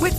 With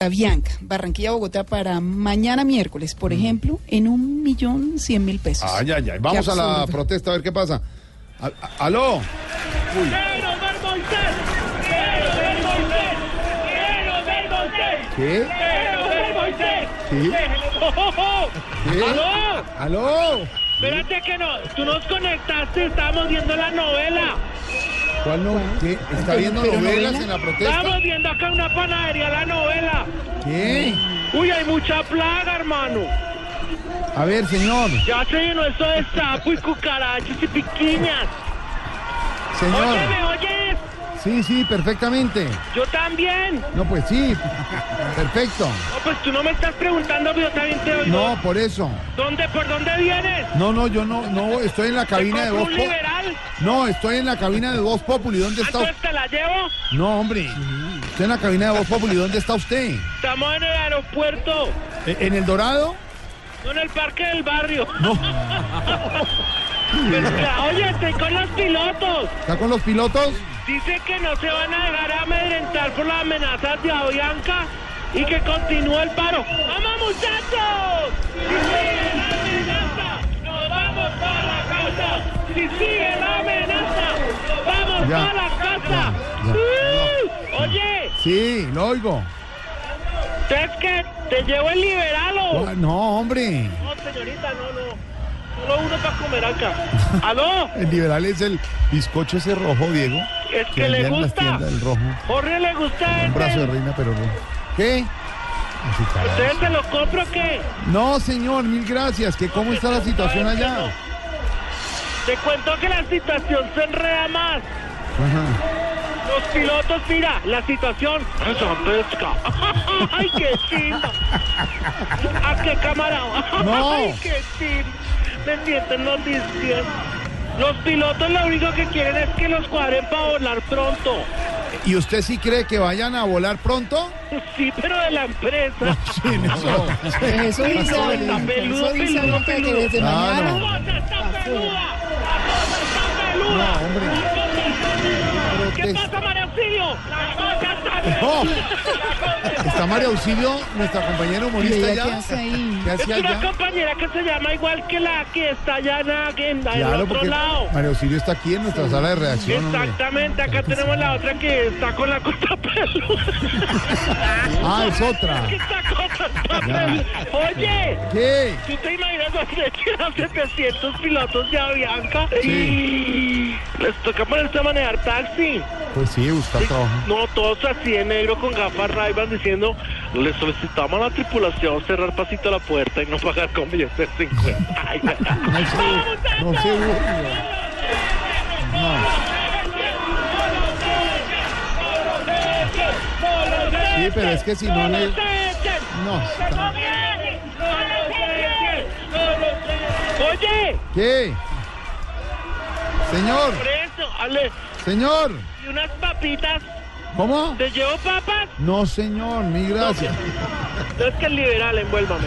Avianca, Barranquilla, Bogotá, para mañana miércoles, por Mm. ejemplo, en un millón cien mil pesos. Ay, ay, ay. Ah, Vamos Qué a la absurdo. protesta a ver qué pasa. A- a- ¡Aló! ¡Quiero ver Moisés! ¡Quiero ver Moisés! ¡Quiero ver Moisés! ¿Qué? ¡Quiero ver Moisés! ¿Sí? ¡Oh, oh, oh! ¿Qué? ¡Aló! ¡Aló! Espérate que no, tú nos conectaste, estamos viendo la novela. ¿Cuál no? ¿Qué? ¿Está viendo pero novelas novela? en la protesta? Estamos viendo acá en una panadería la novela. ¿Qué? Uy, hay mucha plaga, hermano. A ver, señor. Ya se llenó eso de sapo y cucarachas y piquiñas. Señor. Oye, ¿me oyes? Sí, sí, perfectamente. Yo también. No, pues sí. Perfecto. No, pues tú no me estás preguntando, pero yo también te oigo. No, por eso. ¿Dónde, por dónde vienes? No, no, yo no, no, estoy en la cabina de ¿Te compro Voz un Populi. liberal? No, estoy en la cabina de Voz Populi. ¿Dónde está usted? Entonces te la llevo. No, hombre. Estoy en la cabina de Voz Populi. ¿Dónde está usted? Estamos en el aeropuerto, ¿E- ¿En El Dorado? no en el parque del barrio. No. Pero, oye, estoy con los pilotos. ¿Está con los pilotos? Dice que no se van a dejar amedrentar por las amenazas de Avianca y que continúa el paro. ¡Vamos, muchachos! ¡Si sigue la amenaza, nos vamos para la casa! ¡Si sigue la amenaza, vamos Ya, para la casa! ya, ya. ¡Uh! Oye, Sí, lo oigo. ¿ustedes que te llevo el liberal o...? Ah, No, hombre. No, señorita, no, no. Solo uno para comer acá. ¡Aló! El liberal es el bizcocho ese rojo, Diego. Es que vendía le en las gusta. tiendas, el rojo. Jorge le gusta Un brazo de este. reina, pero rojo. ¿Qué? Así, carajo. ¿Ustedes se lo compro o qué? No, señor, mil gracias. ¿Que ¿Cómo está la situación allá? Te cuento que la situación se enreda más. Ajá. Los pilotos, mira, la situación es pesca. ¡Ay, qué chimba! ¡A qué camarada! No. ¡Ay, qué chimba! Me sienten los discos. Los pilotos lo único que quieren es que los cuadren para volar pronto. ¿Y usted sí cree que vayan a volar pronto? Sí, pero de la empresa. Sí, no. Eso dice, Está peludo, eso dice peludo, Avianca, que peludo. desde Ah, mañana... no. ¡La cosa está peluda! No, hombre. ¡La cosa está peluda! ¡La cosa está peluda! ¿Qué Protesta. pasa, María Auxilio? ¡La cosa está peluda! No. La cosa ¿Está María Auxilio, nuestra compañera humorista ¿Y ella allá? qué hace ahí? ¿Qué Es hace una allá? compañera que se llama igual que la que está allá en, la- en- en el Claro, otro porque lado. María Auxilio está aquí en nuestra sala de reacción, hombre. Exactamente, acá tenemos la otra que está con la cosa peluda. Ah, es otra. Esta cosa está peluda. Oye, ¿Qué? ¿tú te imaginas cuando le tiran 700 pilotos de Avianca? Sí. Y les toca ponerse a manejar taxi. Pues sí, buscar trabajo. No, todos así de negro con gafas ray diciendo, le solicitamos a la tripulación cerrar pasito la puerta y no pagar con billetes de 50. Ay, No se, no se burle. No. Sí, pero es que si no le... No. está- Oye, ¿Qué? Señor, por eso, Ale, señor. y unas papitas, ¿Cómo? ¿te llevo papas? No, señor, mil gracias. No, es que el liberal, envuélvame.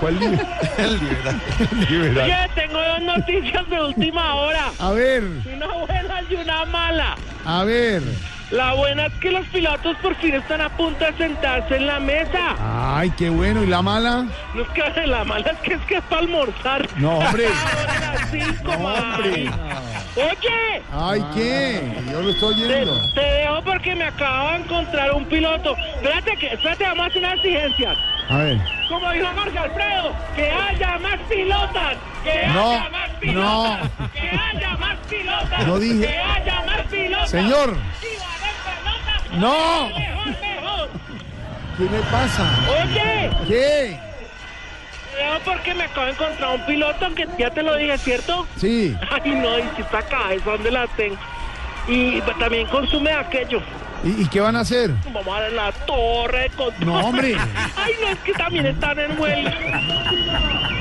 ¿Cuál libre? El liberal. Oye, tengo dos noticias de última hora, A ver, una buena y una mala. a ver. La buena es que los pilotos por fin están a punto de sentarse en la mesa. Ay, qué bueno. ¿Y la mala? No es que la mala es que es que es para almorzar. No, hombre. Ahora a las cinco, hombre. man. Oye, Ay, ¿qué? Ah, Yo lo estoy te, oyendo. te dejo porque me acabo de encontrar un piloto. Espérate, que, espérate, vamos a hacer una exigencia. A ver. Como dijo Marco Alfredo, que haya más pilotas, que No, haya más pilotas, que haya más pilotas, No dije- que haya más pilotas. Señor. Sí, va a haber pelotas. No. Mejor, mejor. ¿Qué le pasa? Oye, ¿Qué? te dejo porque me acabo de encontrar un piloto que ya te lo dije, ¿cierto? Sí. Ay, no, y si está acá, es donde la tengo. Y ba- también consume aquello. ¿Y, y qué van a hacer? Vamos a dar en la torre con No, hombre. Ay, no, es que también están en huelga.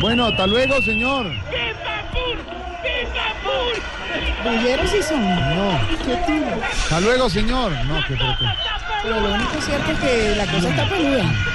Bueno, hasta luego, señor. ¡Singapur! ¡Singapur! Bulleros sí son. No. Qué tiro. Hasta luego, señor. No, qué preocupación. Pero lo único cierto es que la cosa está peluda.